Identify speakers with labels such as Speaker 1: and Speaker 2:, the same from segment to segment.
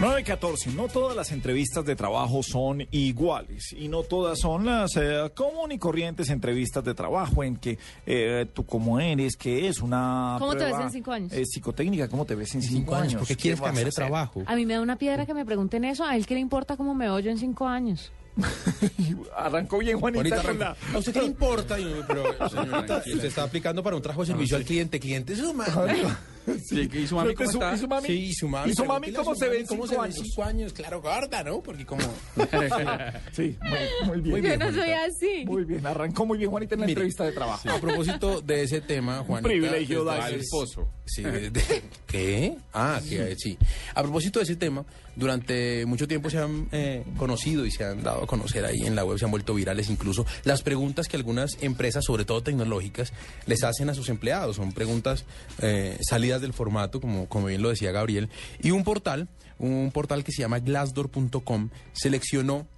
Speaker 1: 9 14. No todas las entrevistas de trabajo son iguales y no todas son las eh, común y corrientes entrevistas de trabajo en que eh, tú cómo eres, que es una
Speaker 2: ¿Cómo te
Speaker 1: prueba,
Speaker 2: ves en cinco años?
Speaker 1: eh, psicotécnica, ¿cómo te ves en cinco,
Speaker 3: cinco años,
Speaker 1: años?
Speaker 3: porque quieres
Speaker 1: vas a
Speaker 3: cambiar de
Speaker 1: hacer?
Speaker 3: trabajo.
Speaker 2: A mí me da una piedra que me pregunten eso. ¿A él qué le importa cómo me oyo en cinco años?
Speaker 1: Arrancó bien Juanita
Speaker 3: Ahorita
Speaker 1: con
Speaker 3: arranca.
Speaker 1: la-
Speaker 3: ¿A usted qué le importa? Y yo, pero, señora, usted está aplicando para un trabajo de servicio al cliente. Cliente, eso es humano.
Speaker 4: Sí, que- ¿Y su mami
Speaker 1: Pero que
Speaker 4: cómo
Speaker 1: su-
Speaker 4: está?
Speaker 1: y su mami-
Speaker 3: Sí, y su mami.
Speaker 1: ¿Y su mami
Speaker 3: pregúntele a
Speaker 1: cómo
Speaker 3: su
Speaker 1: se ve
Speaker 3: mami
Speaker 1: en cinco
Speaker 3: cómo se ve en
Speaker 1: años?
Speaker 3: cinco años? Claro, gorda, ¿no? Porque como...
Speaker 1: Sí, muy, muy bien.
Speaker 3: Muy
Speaker 2: Yo
Speaker 3: bien,
Speaker 2: no
Speaker 3: Juanita.
Speaker 2: soy así.
Speaker 1: Muy bien, arrancó muy bien Juanita en la
Speaker 3: Mire.
Speaker 1: entrevista de trabajo.
Speaker 3: A propósito de ese tema, Juanita...
Speaker 1: privilegio
Speaker 3: desde
Speaker 1: da
Speaker 3: hace-
Speaker 1: ese esposo.
Speaker 3: Sí, desde- ¿Qué? Ah, que, sí. A propósito de ese tema, durante mucho tiempo se han eh, conocido y se han dado a conocer ahí en la web, se han vuelto virales incluso las preguntas que algunas empresas, sobre todo tecnológicas, les hacen a sus empleados. Son preguntas eh, salidas del formato, como, como bien lo decía Gabriel. Y un portal, un portal que se llama glassdoor.com, seleccionó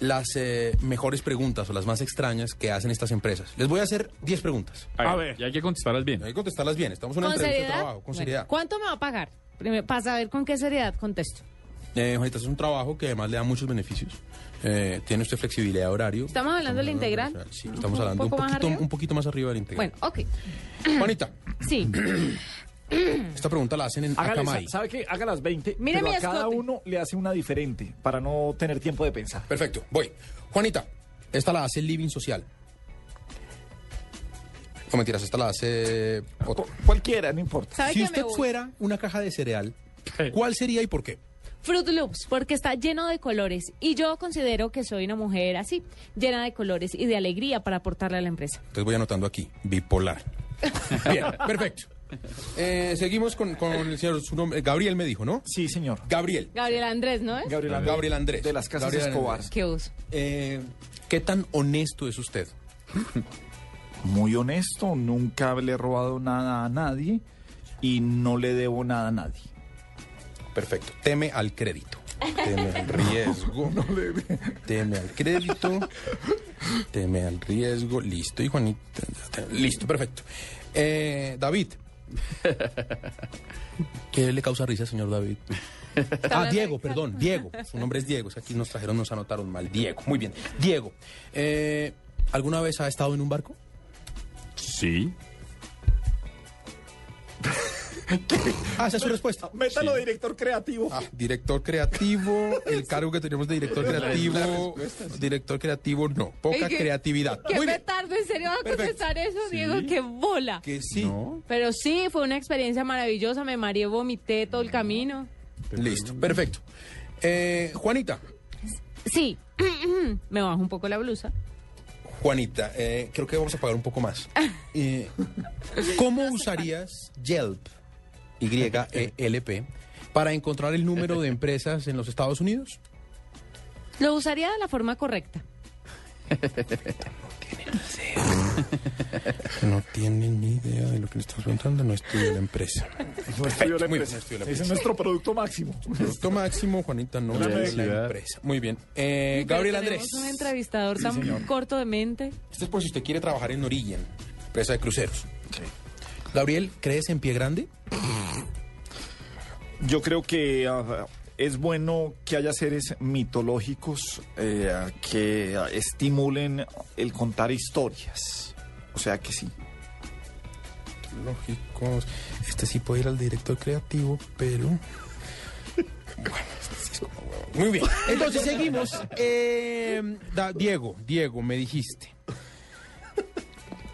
Speaker 3: las eh, mejores preguntas o las más extrañas que hacen estas empresas. Les voy a hacer 10 preguntas.
Speaker 1: A
Speaker 4: A
Speaker 1: ver.
Speaker 4: ver, y hay que contestarlas bien.
Speaker 3: Hay que contestarlas bien. Estamos en una
Speaker 2: ¿Con
Speaker 3: entrevista
Speaker 2: seriedad?
Speaker 3: de trabajo, con
Speaker 2: Bueno,
Speaker 3: seriedad.
Speaker 2: ¿Cuánto me va a pagar? Primero, para saber con qué seriedad contesto.
Speaker 3: Eh, Juanita, es un trabajo que además le da muchos beneficios. Eh, tiene usted flexibilidad de horario. Ah,
Speaker 2: ¿Estamos hablando del integral?
Speaker 3: Sí, estamos hablando un
Speaker 2: poco más
Speaker 3: poquito,
Speaker 2: arriba?
Speaker 3: un poquito más arriba del integral.
Speaker 2: Bueno, ok.
Speaker 3: Juanita,
Speaker 2: Sí.
Speaker 3: esta pregunta la hacen en
Speaker 1: Hágale,
Speaker 3: Akamai.
Speaker 1: sa- ¿Sabe qué? Haga las 20.
Speaker 2: Mire
Speaker 1: pero
Speaker 2: mi
Speaker 1: a cada
Speaker 2: escote.
Speaker 1: uno le hace una diferente para no tener tiempo de pensar.
Speaker 3: Perfecto, voy. Juanita, esta la hace Living Social. No mentiras, esta la hace otro.
Speaker 1: Cu- Cualquiera, no importa.
Speaker 2: ¿Sabe
Speaker 3: Si
Speaker 2: qué
Speaker 3: usted
Speaker 2: me voy?
Speaker 3: fuera una caja de cereal, ¿cuál sería y por qué?
Speaker 2: Fruit Loops, porque está lleno de colores. Y yo considero que soy una mujer así, llena de colores y de alegría para aportarle a la empresa.
Speaker 3: Entonces voy anotando aquí, bipolar. Bien, perfecto. Eh, seguimos con, con el señor, su nombre, Gabriel me dijo, ¿no?
Speaker 1: Sí, señor.
Speaker 3: Gabriel.
Speaker 2: Gabriel Andrés, ¿no es?
Speaker 1: Gabriel Andrés.
Speaker 3: Gabriel Andrés.
Speaker 1: De las casas
Speaker 3: Gabriel
Speaker 1: Escobar.
Speaker 3: Andrés.
Speaker 2: Qué oso.
Speaker 3: Eh, ¿Qué tan honesto es usted?
Speaker 1: Muy honesto, nunca le he robado nada a nadie y no le debo nada a nadie.
Speaker 3: Perfecto. Teme al crédito. Teme al riesgo. Teme al crédito. Teme al riesgo. Listo. Y Juanita. Listo, perfecto. Eh, David. ¿Qué le causa risa, señor David? Ah,
Speaker 2: hablando
Speaker 3: Diego,
Speaker 2: de-
Speaker 3: perdón, Diego. Su nombre es Diego. Es que aquí nos trajeron, nos anotaron mal. Diego, muy bien. Diego, eh, ¿alguna vez ha estado en un barco?
Speaker 4: Sí.
Speaker 3: Ah, esa es su respuesta.
Speaker 1: Métalo,
Speaker 4: Sí.
Speaker 1: director creativo.
Speaker 3: Ah, director creativo, el cargo que tenemos de director creativo, director creativo, no, poca
Speaker 2: Es que-
Speaker 3: creatividad.
Speaker 2: Qué
Speaker 3: Muy bien.
Speaker 2: petardo, ¿en serio vas a
Speaker 3: Perfecto.
Speaker 2: contestar eso, Diego? ¡Qué bola!
Speaker 3: Que sí.
Speaker 4: No.
Speaker 2: Pero sí, fue una experiencia maravillosa. Me mareé, vomité todo el camino.
Speaker 3: Listo, perfecto. Eh, Juanita,
Speaker 2: Sí, me bajo un poco la blusa.
Speaker 3: Juanita, eh, creo que vamos a pagar un poco más. Eh, ¿Cómo usarías Yelp, Y-E-L-P, para encontrar el número de empresas en los Estados Unidos?
Speaker 2: Lo usaría de la forma correcta.
Speaker 3: Eh, No tienen ni idea de lo que le estás preguntando, no estudio la empresa.
Speaker 1: No estudió la
Speaker 3: muy
Speaker 1: empresa.
Speaker 3: bien, estudió la
Speaker 1: Ese es nuestro producto máximo.
Speaker 3: Producto máximo, Juanita, no
Speaker 4: La
Speaker 3: es la
Speaker 4: universidad.
Speaker 3: empresa. Muy bien. Eh,
Speaker 2: Pero
Speaker 3: Gabriel
Speaker 2: tenemos
Speaker 3: Andrés.
Speaker 2: un entrevistador tan corto de mente.
Speaker 3: Esto es por si usted quiere trabajar en Origin, empresa de cruceros. Gabriel, ¿crees en pie grande?
Speaker 1: Yo creo que ah, es bueno que haya seres mitológicos eh, ah, que ah, estimulen el contar historias. O sea que sí.
Speaker 3: Lógicos. Este sí puede ir al director creativo, pero. Bueno, este sí es como huevo. Muy bien. Entonces seguimos. Eh, da- Diego, Diego, me dijiste.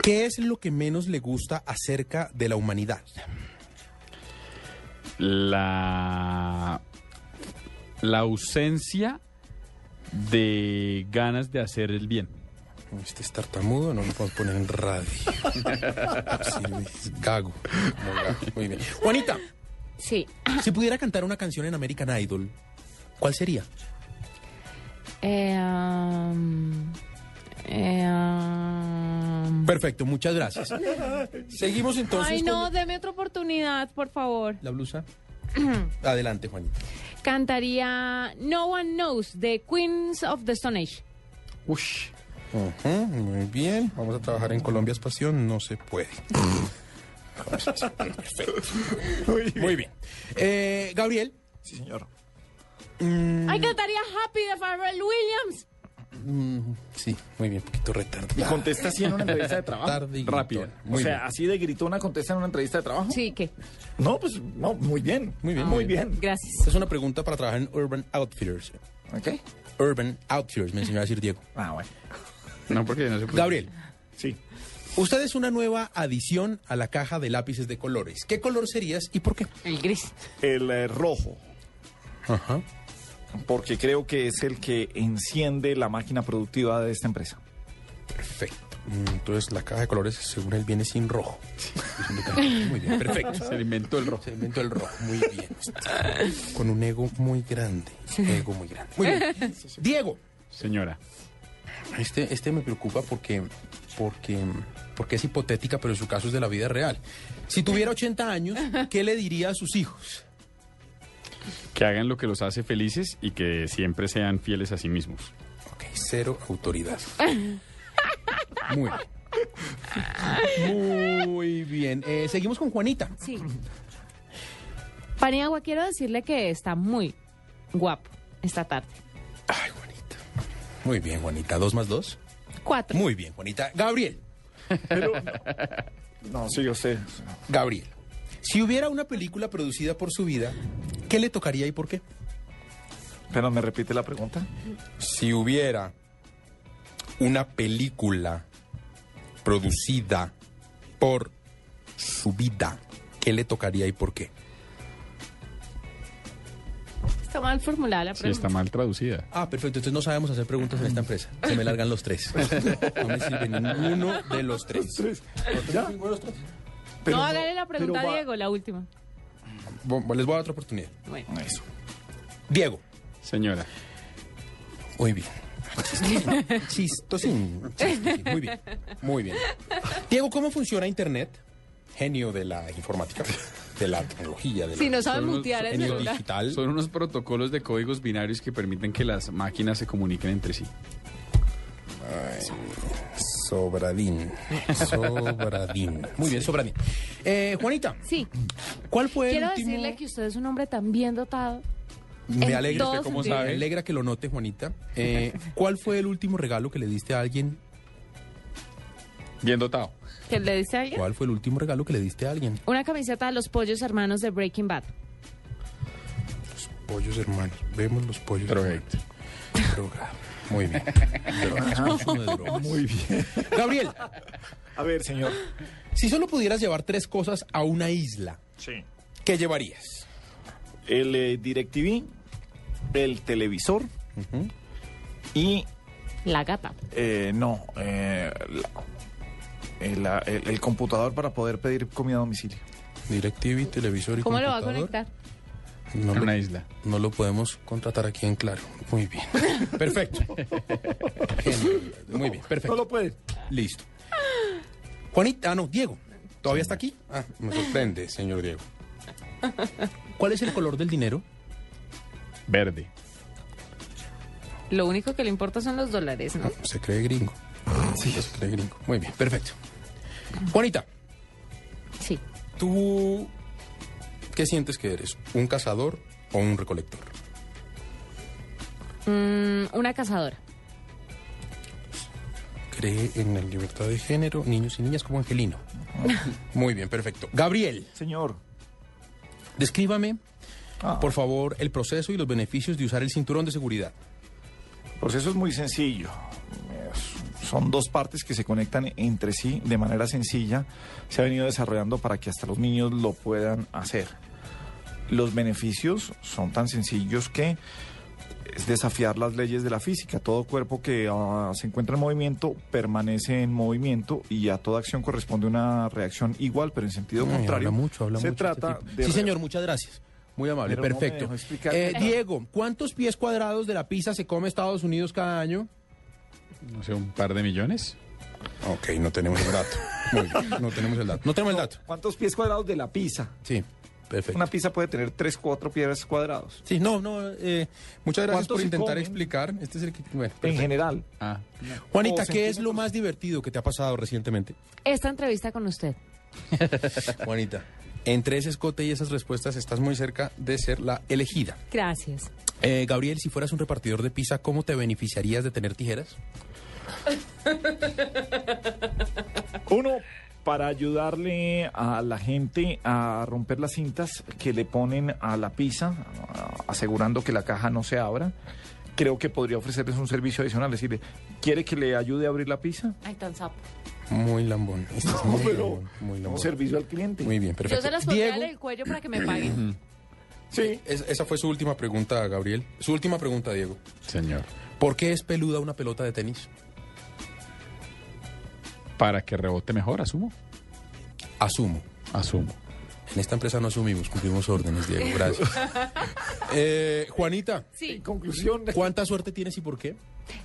Speaker 3: ¿Qué es lo que menos le gusta acerca de la humanidad?
Speaker 4: La, la ausencia de ganas de hacer el bien.
Speaker 3: Este es tartamudo, no lo podemos poner en radio. Sí, es gago. Como gago. Muy bien. Juanita.
Speaker 2: Sí.
Speaker 3: Si pudiera cantar una canción en American Idol, ¿cuál sería?
Speaker 2: Eh, um, eh, um.
Speaker 3: Perfecto, muchas gracias. Seguimos entonces
Speaker 2: Ay, no,
Speaker 3: con
Speaker 2: deme otra oportunidad, por favor.
Speaker 3: la blusa. Adelante, Juanita.
Speaker 2: Cantaría No One Knows de Queens of the Stone Age.
Speaker 4: Ush.
Speaker 3: Ujú, muy bien, vamos a trabajar en Colombia es pasión, no se puede. Perfecto. Muy bien. Eh, Gabriel,
Speaker 1: Sí, señor.
Speaker 3: Mm.
Speaker 2: Ay, cantaría Happy de Pharrell Williams.
Speaker 3: Mm, Sí, muy bien, poquito retardo.
Speaker 1: Y contesta así en una entrevista de trabajo.
Speaker 3: Tarde y
Speaker 4: Rápido.
Speaker 3: gritón.
Speaker 1: Ah, o
Speaker 3: Muy
Speaker 1: sea,
Speaker 3: bien.
Speaker 1: así de gritona contesta en una entrevista de trabajo.
Speaker 2: Sí, que.
Speaker 1: No, pues no, muy bien.
Speaker 3: Muy bien,
Speaker 1: Muy
Speaker 3: muy
Speaker 1: bien.
Speaker 2: Gracias.
Speaker 3: Esta es una pregunta para trabajar en Urban Outfitters.
Speaker 1: Ok.
Speaker 3: Urban Outfitters, me enseñó a decir Diego.
Speaker 1: Ah, bueno.
Speaker 4: No, porque no se puede.
Speaker 3: Gabriel,
Speaker 1: Sí.
Speaker 3: usted es una nueva adición a la caja de lápices de colores. ¿Qué color serías y por qué?
Speaker 2: El gris.
Speaker 1: El eh, rojo,
Speaker 3: Ajá.
Speaker 1: porque creo que es el que enciende la máquina productiva de esta empresa.
Speaker 3: Perfecto. Mm, Entonces la caja de colores, según él, viene sin rojo. Muy bien, perfecto.
Speaker 4: Se le inventó el rojo.
Speaker 3: Se inventó el rojo, muy bien. Con un ego muy grande. Ego muy grande. Muy bien. Diego.
Speaker 4: Señora.
Speaker 3: Este, este me preocupa porque, porque, porque es hipotética, pero en su caso es de la vida real. Si tuviera 80 años, ¿qué le diría a sus hijos?
Speaker 4: Que hagan lo que los hace felices y que siempre sean fieles a sí mismos.
Speaker 3: Ok, cero autoridad. Muy bien. Muy bien. Eh, seguimos con Juanita.
Speaker 2: Sí. Paniagua, quiero decirle que está muy guapo esta tarde.
Speaker 3: Ay, Juanita. Muy bien, Juanita. ¿Dos más dos?
Speaker 2: Cuatro.
Speaker 3: Muy bien, Juanita. Gabriel.
Speaker 1: No, sí, yo sé.
Speaker 3: Gabriel. Si hubiera una película producida por su vida, ¿qué le tocaría y por qué?
Speaker 1: Pero me repite la pregunta.
Speaker 3: si hubiera una película producida por su vida, ¿qué le tocaría y por qué?
Speaker 2: Está mal formulada la
Speaker 4: Si
Speaker 2: pregunta.
Speaker 4: está mal traducida.
Speaker 3: Ah, perfecto. Entonces no sabemos hacer preguntas en esta empresa. Se me largan los tres. No me sirve ninguno de los tres.
Speaker 1: ¿Ya? Pero
Speaker 2: no, hágale la pregunta
Speaker 1: pero
Speaker 2: a
Speaker 1: va-
Speaker 2: Diego, la última.
Speaker 3: Bo- Les voy a dar otra oportunidad.
Speaker 2: Bueno.
Speaker 1: Eso.
Speaker 3: Diego.
Speaker 4: Señora.
Speaker 3: Muy bien. Chistosín. Chistosín. Muy bien. Muy bien. Diego, ¿cómo funciona Internet? Genio de la informática, de la tecnología, de la
Speaker 2: Si no sabe
Speaker 4: son unos-
Speaker 2: mutear el
Speaker 4: son
Speaker 3: genio
Speaker 4: unos-
Speaker 2: celular.
Speaker 3: digital.
Speaker 4: Son unos protocolos de códigos binarios que permiten que las máquinas se comuniquen entre sí.
Speaker 3: Sobradín. Sobradín. Muy bien, Sobradín. Eh, Juanita,
Speaker 2: Sí.
Speaker 3: ¿cuál fue
Speaker 2: Quiero
Speaker 3: el último?
Speaker 2: decirle que usted es un hombre tan bien dotado.
Speaker 3: Me
Speaker 2: en
Speaker 3: alegra,
Speaker 2: todo
Speaker 3: usted cómo
Speaker 2: sentido.
Speaker 3: sabe. Me alegra que lo note, Juanita. Eh, ¿Cuál fue el último regalo que le diste a alguien?
Speaker 4: Bien dotado.
Speaker 2: ¿Qué le dice a alguien?
Speaker 3: ¿Cuál fue el último regalo que le diste a alguien?
Speaker 2: Una camiseta de los pollos hermanos de Breaking Bad.
Speaker 3: Pollos hermanos. Vemos los pollos.
Speaker 4: Perfecto.
Speaker 3: Droga. Muy bien.
Speaker 1: Muy bien.
Speaker 3: Gabriel,
Speaker 1: A ver, señor.
Speaker 3: si solo pudieras llevar tres cosas a una isla,
Speaker 1: Sí.
Speaker 3: ¿qué llevarías?
Speaker 1: El eh, DirecTV, el televisor y
Speaker 2: La gata.
Speaker 1: eh, no, eh, la- el, la- el- el computador para poder pedir comida a domicilio.
Speaker 3: DirecTV, televisor y
Speaker 2: ¿Cómo lo va a conectar?
Speaker 3: No
Speaker 4: A
Speaker 3: lo-
Speaker 4: una isla.
Speaker 3: No lo podemos contratar aquí en Claro. Muy bien. Perfecto. Genial. Muy bien,
Speaker 1: No
Speaker 3: perfecto.
Speaker 1: lo puede.
Speaker 3: Listo. Juanita, ah, no, Diego. ¿Todavía está aquí? Ah, me sorprende, señor Diego. ¿Cuál es el color del dinero?
Speaker 4: Verde.
Speaker 2: Lo único que le importa son los dólares, ¿no?
Speaker 3: Se cree gringo. Sí, se cree gringo. Muy bien, perfecto. Juanita,
Speaker 2: Sí.
Speaker 3: ¿tú qué sientes que eres? ¿Un cazador o un recolector?
Speaker 2: Mm, una cazadora.
Speaker 3: Cree en la libertad de género, niños y niñas como Angelino. Muy bien, perfecto. Gabriel.
Speaker 1: Señor.
Speaker 3: Descríbame,
Speaker 1: Ah.
Speaker 3: por favor, el proceso y los beneficios de usar el cinturón de seguridad.
Speaker 1: Pues eso es muy sencillo. Es- Son dos partes que se conectan entre sí de manera sencilla. Se ha venido desarrollando para que hasta los niños lo puedan hacer. Los beneficios son tan sencillos que es desafiar las leyes de la física. Todo cuerpo que ah, se encuentra en movimiento permanece en movimiento y a toda acción corresponde una reacción igual, pero en sentido
Speaker 3: Ay,
Speaker 1: contrario.
Speaker 3: habla mucho, habla
Speaker 1: se
Speaker 3: mucho este
Speaker 1: trata
Speaker 3: tipo.
Speaker 1: de
Speaker 3: Sí, señor, muchas gracias. Muy amable,
Speaker 1: Pero no me
Speaker 3: perfecto.
Speaker 1: dejó explicar.
Speaker 3: Eh, Diego, ¿cuántos pies cuadrados de la pizza se come Estados Unidos cada año?
Speaker 4: No sé, un par de millones.
Speaker 3: Ok, no tenemos el dato. Muy bien, no tenemos el dato. No tenemos el dato.
Speaker 1: ¿Cuántos pies cuadrados de la pizza?
Speaker 3: Sí, perfecto.
Speaker 1: Una pizza puede tener 3, 4 pies cuadrados.
Speaker 3: Sí, no, no, eh, muchas gracias
Speaker 1: ¿Cuántos
Speaker 3: por
Speaker 1: se
Speaker 3: intentar
Speaker 1: comen?
Speaker 3: explicar. Este es el que, bueno,
Speaker 1: En
Speaker 3: perfecto.
Speaker 1: general.
Speaker 4: Ah.
Speaker 3: Juanita,
Speaker 1: O
Speaker 3: ¿qué es lo más divertido que te ha pasado recientemente?
Speaker 2: Esta entrevista con usted.
Speaker 3: Juanita, entre ese escote y esas respuestas estás muy cerca de ser la elegida.
Speaker 2: Gracias.
Speaker 3: Eh, Gabriel, si fueras un repartidor de pizza, ¿cómo te beneficiarías de tener tijeras?
Speaker 1: Uno, para ayudarle a la gente a romper las cintas que le ponen a la pizza, a- asegurando que la caja no se abra. Creo que podría ofrecerles un servicio adicional, decirle, ¿quiere que le ayude a abrir la pizza?
Speaker 2: Ay, tan sapo.
Speaker 3: Muy lambón. Estás muy
Speaker 1: pero
Speaker 3: lambón, muy
Speaker 1: un
Speaker 3: lambón.
Speaker 1: servicio al cliente.
Speaker 3: Muy bien, perfecto.
Speaker 2: Yo se las pondría en
Speaker 3: Diego,
Speaker 2: el cuello para que me paguen.
Speaker 1: Sí.
Speaker 3: es- esa fue su última pregunta, Gabriel. Su última pregunta, Diego.
Speaker 4: Señor.
Speaker 3: ¿Por qué es peluda una pelota de tenis?
Speaker 4: Para que rebote mejor, asumo.
Speaker 3: Asumo.
Speaker 4: Asumo.
Speaker 3: En esta empresa no asumimos, cumplimos órdenes, Diego. Gracias. Eh, Juanita,
Speaker 2: Sí,
Speaker 1: Conclusión.
Speaker 3: ¿cuánta suerte tienes y por qué?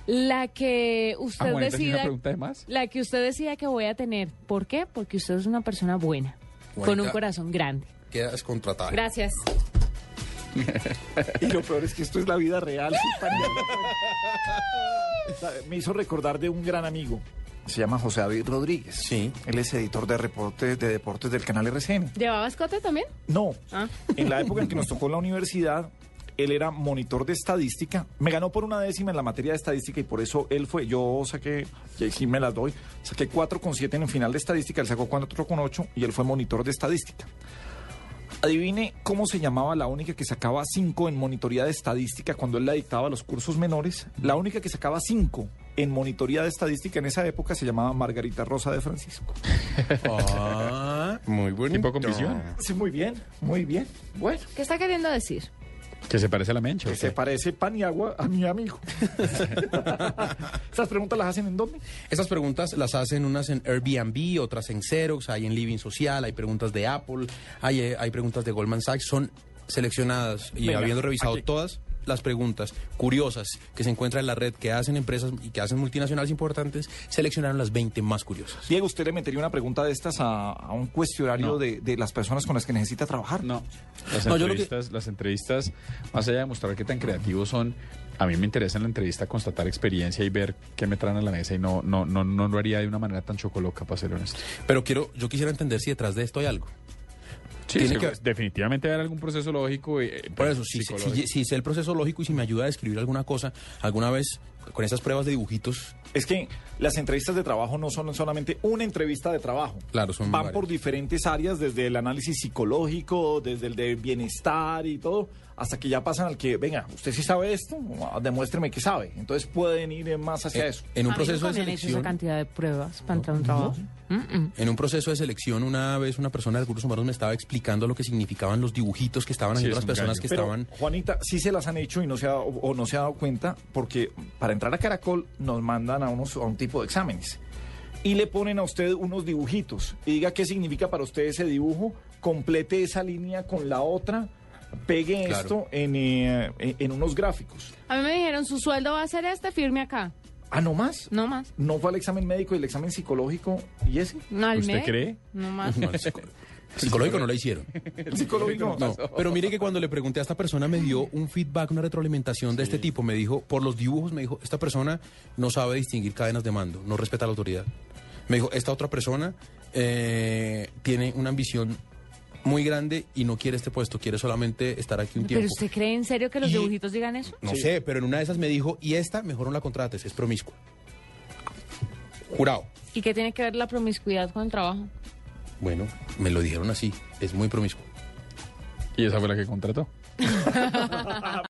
Speaker 2: la que
Speaker 3: Ah,
Speaker 2: usted
Speaker 4: Juanita, ¿sí Ah, una
Speaker 2: decida...
Speaker 4: pregunta de más?
Speaker 2: La que usted decida que voy a tener. ¿Por qué? Porque usted es una persona buena, con
Speaker 3: Juanita.
Speaker 2: un corazón grande.
Speaker 3: Quedas contratada.
Speaker 2: Gracias.
Speaker 1: Y lo peor es que esto es la vida real. sin pandemia. ¿Sabe? Me hizo recordar de un gran amigo. Se llama José David Rodríguez.
Speaker 3: Sí.
Speaker 1: Él es editor de, reportes, de deportes del canal RCN.
Speaker 2: ¿Llevaba escote también?
Speaker 1: No.
Speaker 2: Ah.
Speaker 1: En la época en que nos tocó la universidad, él era monitor de estadística. Me ganó por una décima en la materia de estadística y por eso él fue. Yo saqué, y aquí me las doy, saqué 4,7 en el final de estadística, él sacó 4,8 y él fue monitor de estadística. Adivine cómo se llamaba la única que sacaba 5 en monitoría de estadística cuando él la dictaba a los cursos menores. La única que sacaba 5 en monitoría de estadística en esa época se llamaba Margarita Rosa de Francisco.
Speaker 3: Ah, muy bonito.
Speaker 4: Tipo con visión.
Speaker 1: Sí, muy bien, muy bien. Bueno.
Speaker 2: ¿Qué está queriendo decir?
Speaker 4: Que se parece a la mencha. ¿o
Speaker 1: Que se
Speaker 4: qué?
Speaker 1: parece pan y agua a mi amigo. ¿Estas preguntas las hacen en dónde?
Speaker 3: Estas preguntas las hacen unas en Airbnb, otras en Xerox, hay en Living Social, hay preguntas de Apple, hay, eh, hay preguntas de Goldman Sachs. Son seleccionadas y
Speaker 1: Venga,
Speaker 3: habiendo revisado
Speaker 1: aquí.
Speaker 3: todas las preguntas curiosas que se encuentran en la red que hacen empresas y que hacen multinacionales importantes, seleccionaron las 20 más curiosas.
Speaker 1: Diego, ¿usted le metería una pregunta de estas a, a un cuestionario
Speaker 4: No.
Speaker 1: de, de las personas con las que necesita trabajar?
Speaker 4: No. Las
Speaker 3: No, yo lo que-
Speaker 4: entrevistas, las entrevistas, más allá de mostrar qué tan creativos son, a mí me interesa en la entrevista constatar experiencia y ver qué me traen a la mesa y no, no, no, no lo haría de una manera tan chocoloca, para ser honesto.
Speaker 3: Pero quiero, yo quisiera entender si detrás de esto hay algo.
Speaker 4: Sí,
Speaker 3: Tiene
Speaker 4: sí,
Speaker 3: que-
Speaker 4: pues, definitivamente haber algún proceso lógico. Y, eh,
Speaker 3: Por eso, si, si-
Speaker 4: psicológico.
Speaker 3: si- si sé el proceso lógico y si me ayuda a describir alguna cosa, alguna vez con esas pruebas de dibujitos,
Speaker 1: Es que las entrevistas de trabajo no son solamente una entrevista de trabajo.
Speaker 3: Claro, son
Speaker 1: Van
Speaker 3: varias.
Speaker 1: por diferentes áreas, desde el análisis psicológico, desde el de bienestar y todo, hasta que ya pasan al que, venga, usted sí sabe esto, demuéstreme que sabe. Entonces pueden ir eh, más hacia
Speaker 3: eh,
Speaker 1: eso.
Speaker 3: en un
Speaker 2: A mí
Speaker 3: proceso
Speaker 2: nunca
Speaker 3: de
Speaker 2: me han hecho esa
Speaker 3: selección...
Speaker 2: cantidad de pruebas para entrar a un trabajo. Mm, mm.
Speaker 3: En un proceso de selección, una vez una persona de recursos humanos me estaba explicando lo que significaban los dibujitos que estaban
Speaker 4: Sí,
Speaker 3: haciendo
Speaker 4: es
Speaker 3: las
Speaker 4: un
Speaker 3: personas
Speaker 4: gallo.
Speaker 3: que
Speaker 1: Pero,
Speaker 3: estaban.
Speaker 1: Juanita, sí se las han hecho y no se ha, o, o no se ha dado cuenta porque para entrar a Caracol nos mandan a, unos, a un tipo de exámenes y le ponen a usted unos dibujitos y diga qué significa para usted ese dibujo, complete esa línea con la otra, pegue
Speaker 3: Claro.
Speaker 1: esto en, eh, en- en unos gráficos.
Speaker 2: A mí me dijeron, su sueldo va a ser este, firme acá.
Speaker 1: Ah, no más.
Speaker 2: No más.
Speaker 1: No fue al examen médico y el examen psicológico y ese.
Speaker 2: No, al
Speaker 4: ¿Usted
Speaker 2: mes.
Speaker 4: cree?
Speaker 2: No más.
Speaker 3: No, el psico- el psicológico no lo hicieron.
Speaker 1: El psicológico
Speaker 3: No, pero mire que cuando le pregunté a esta persona me dio un feedback, una retroalimentación de este tipo. Me dijo, por los dibujos, me dijo, esta persona no sabe distinguir cadenas de mando, no respeta a la autoridad. Me dijo, esta otra persona eh, tiene una ambición muy grande y no quiere este puesto, quiere solamente estar aquí un
Speaker 2: ¿Pero
Speaker 3: tiempo.
Speaker 2: usted cree en serio que los
Speaker 3: Y-
Speaker 2: dibujitos digan eso?
Speaker 3: No sé, pero en una de esas me dijo, y esta mejor no la contrates, es promiscua. Jurado.
Speaker 2: ¿Y qué tiene que ver la promiscuidad con el trabajo?
Speaker 3: Bueno, me lo dijeron así, es muy promiscuo.
Speaker 4: Y esa fue la que contrató.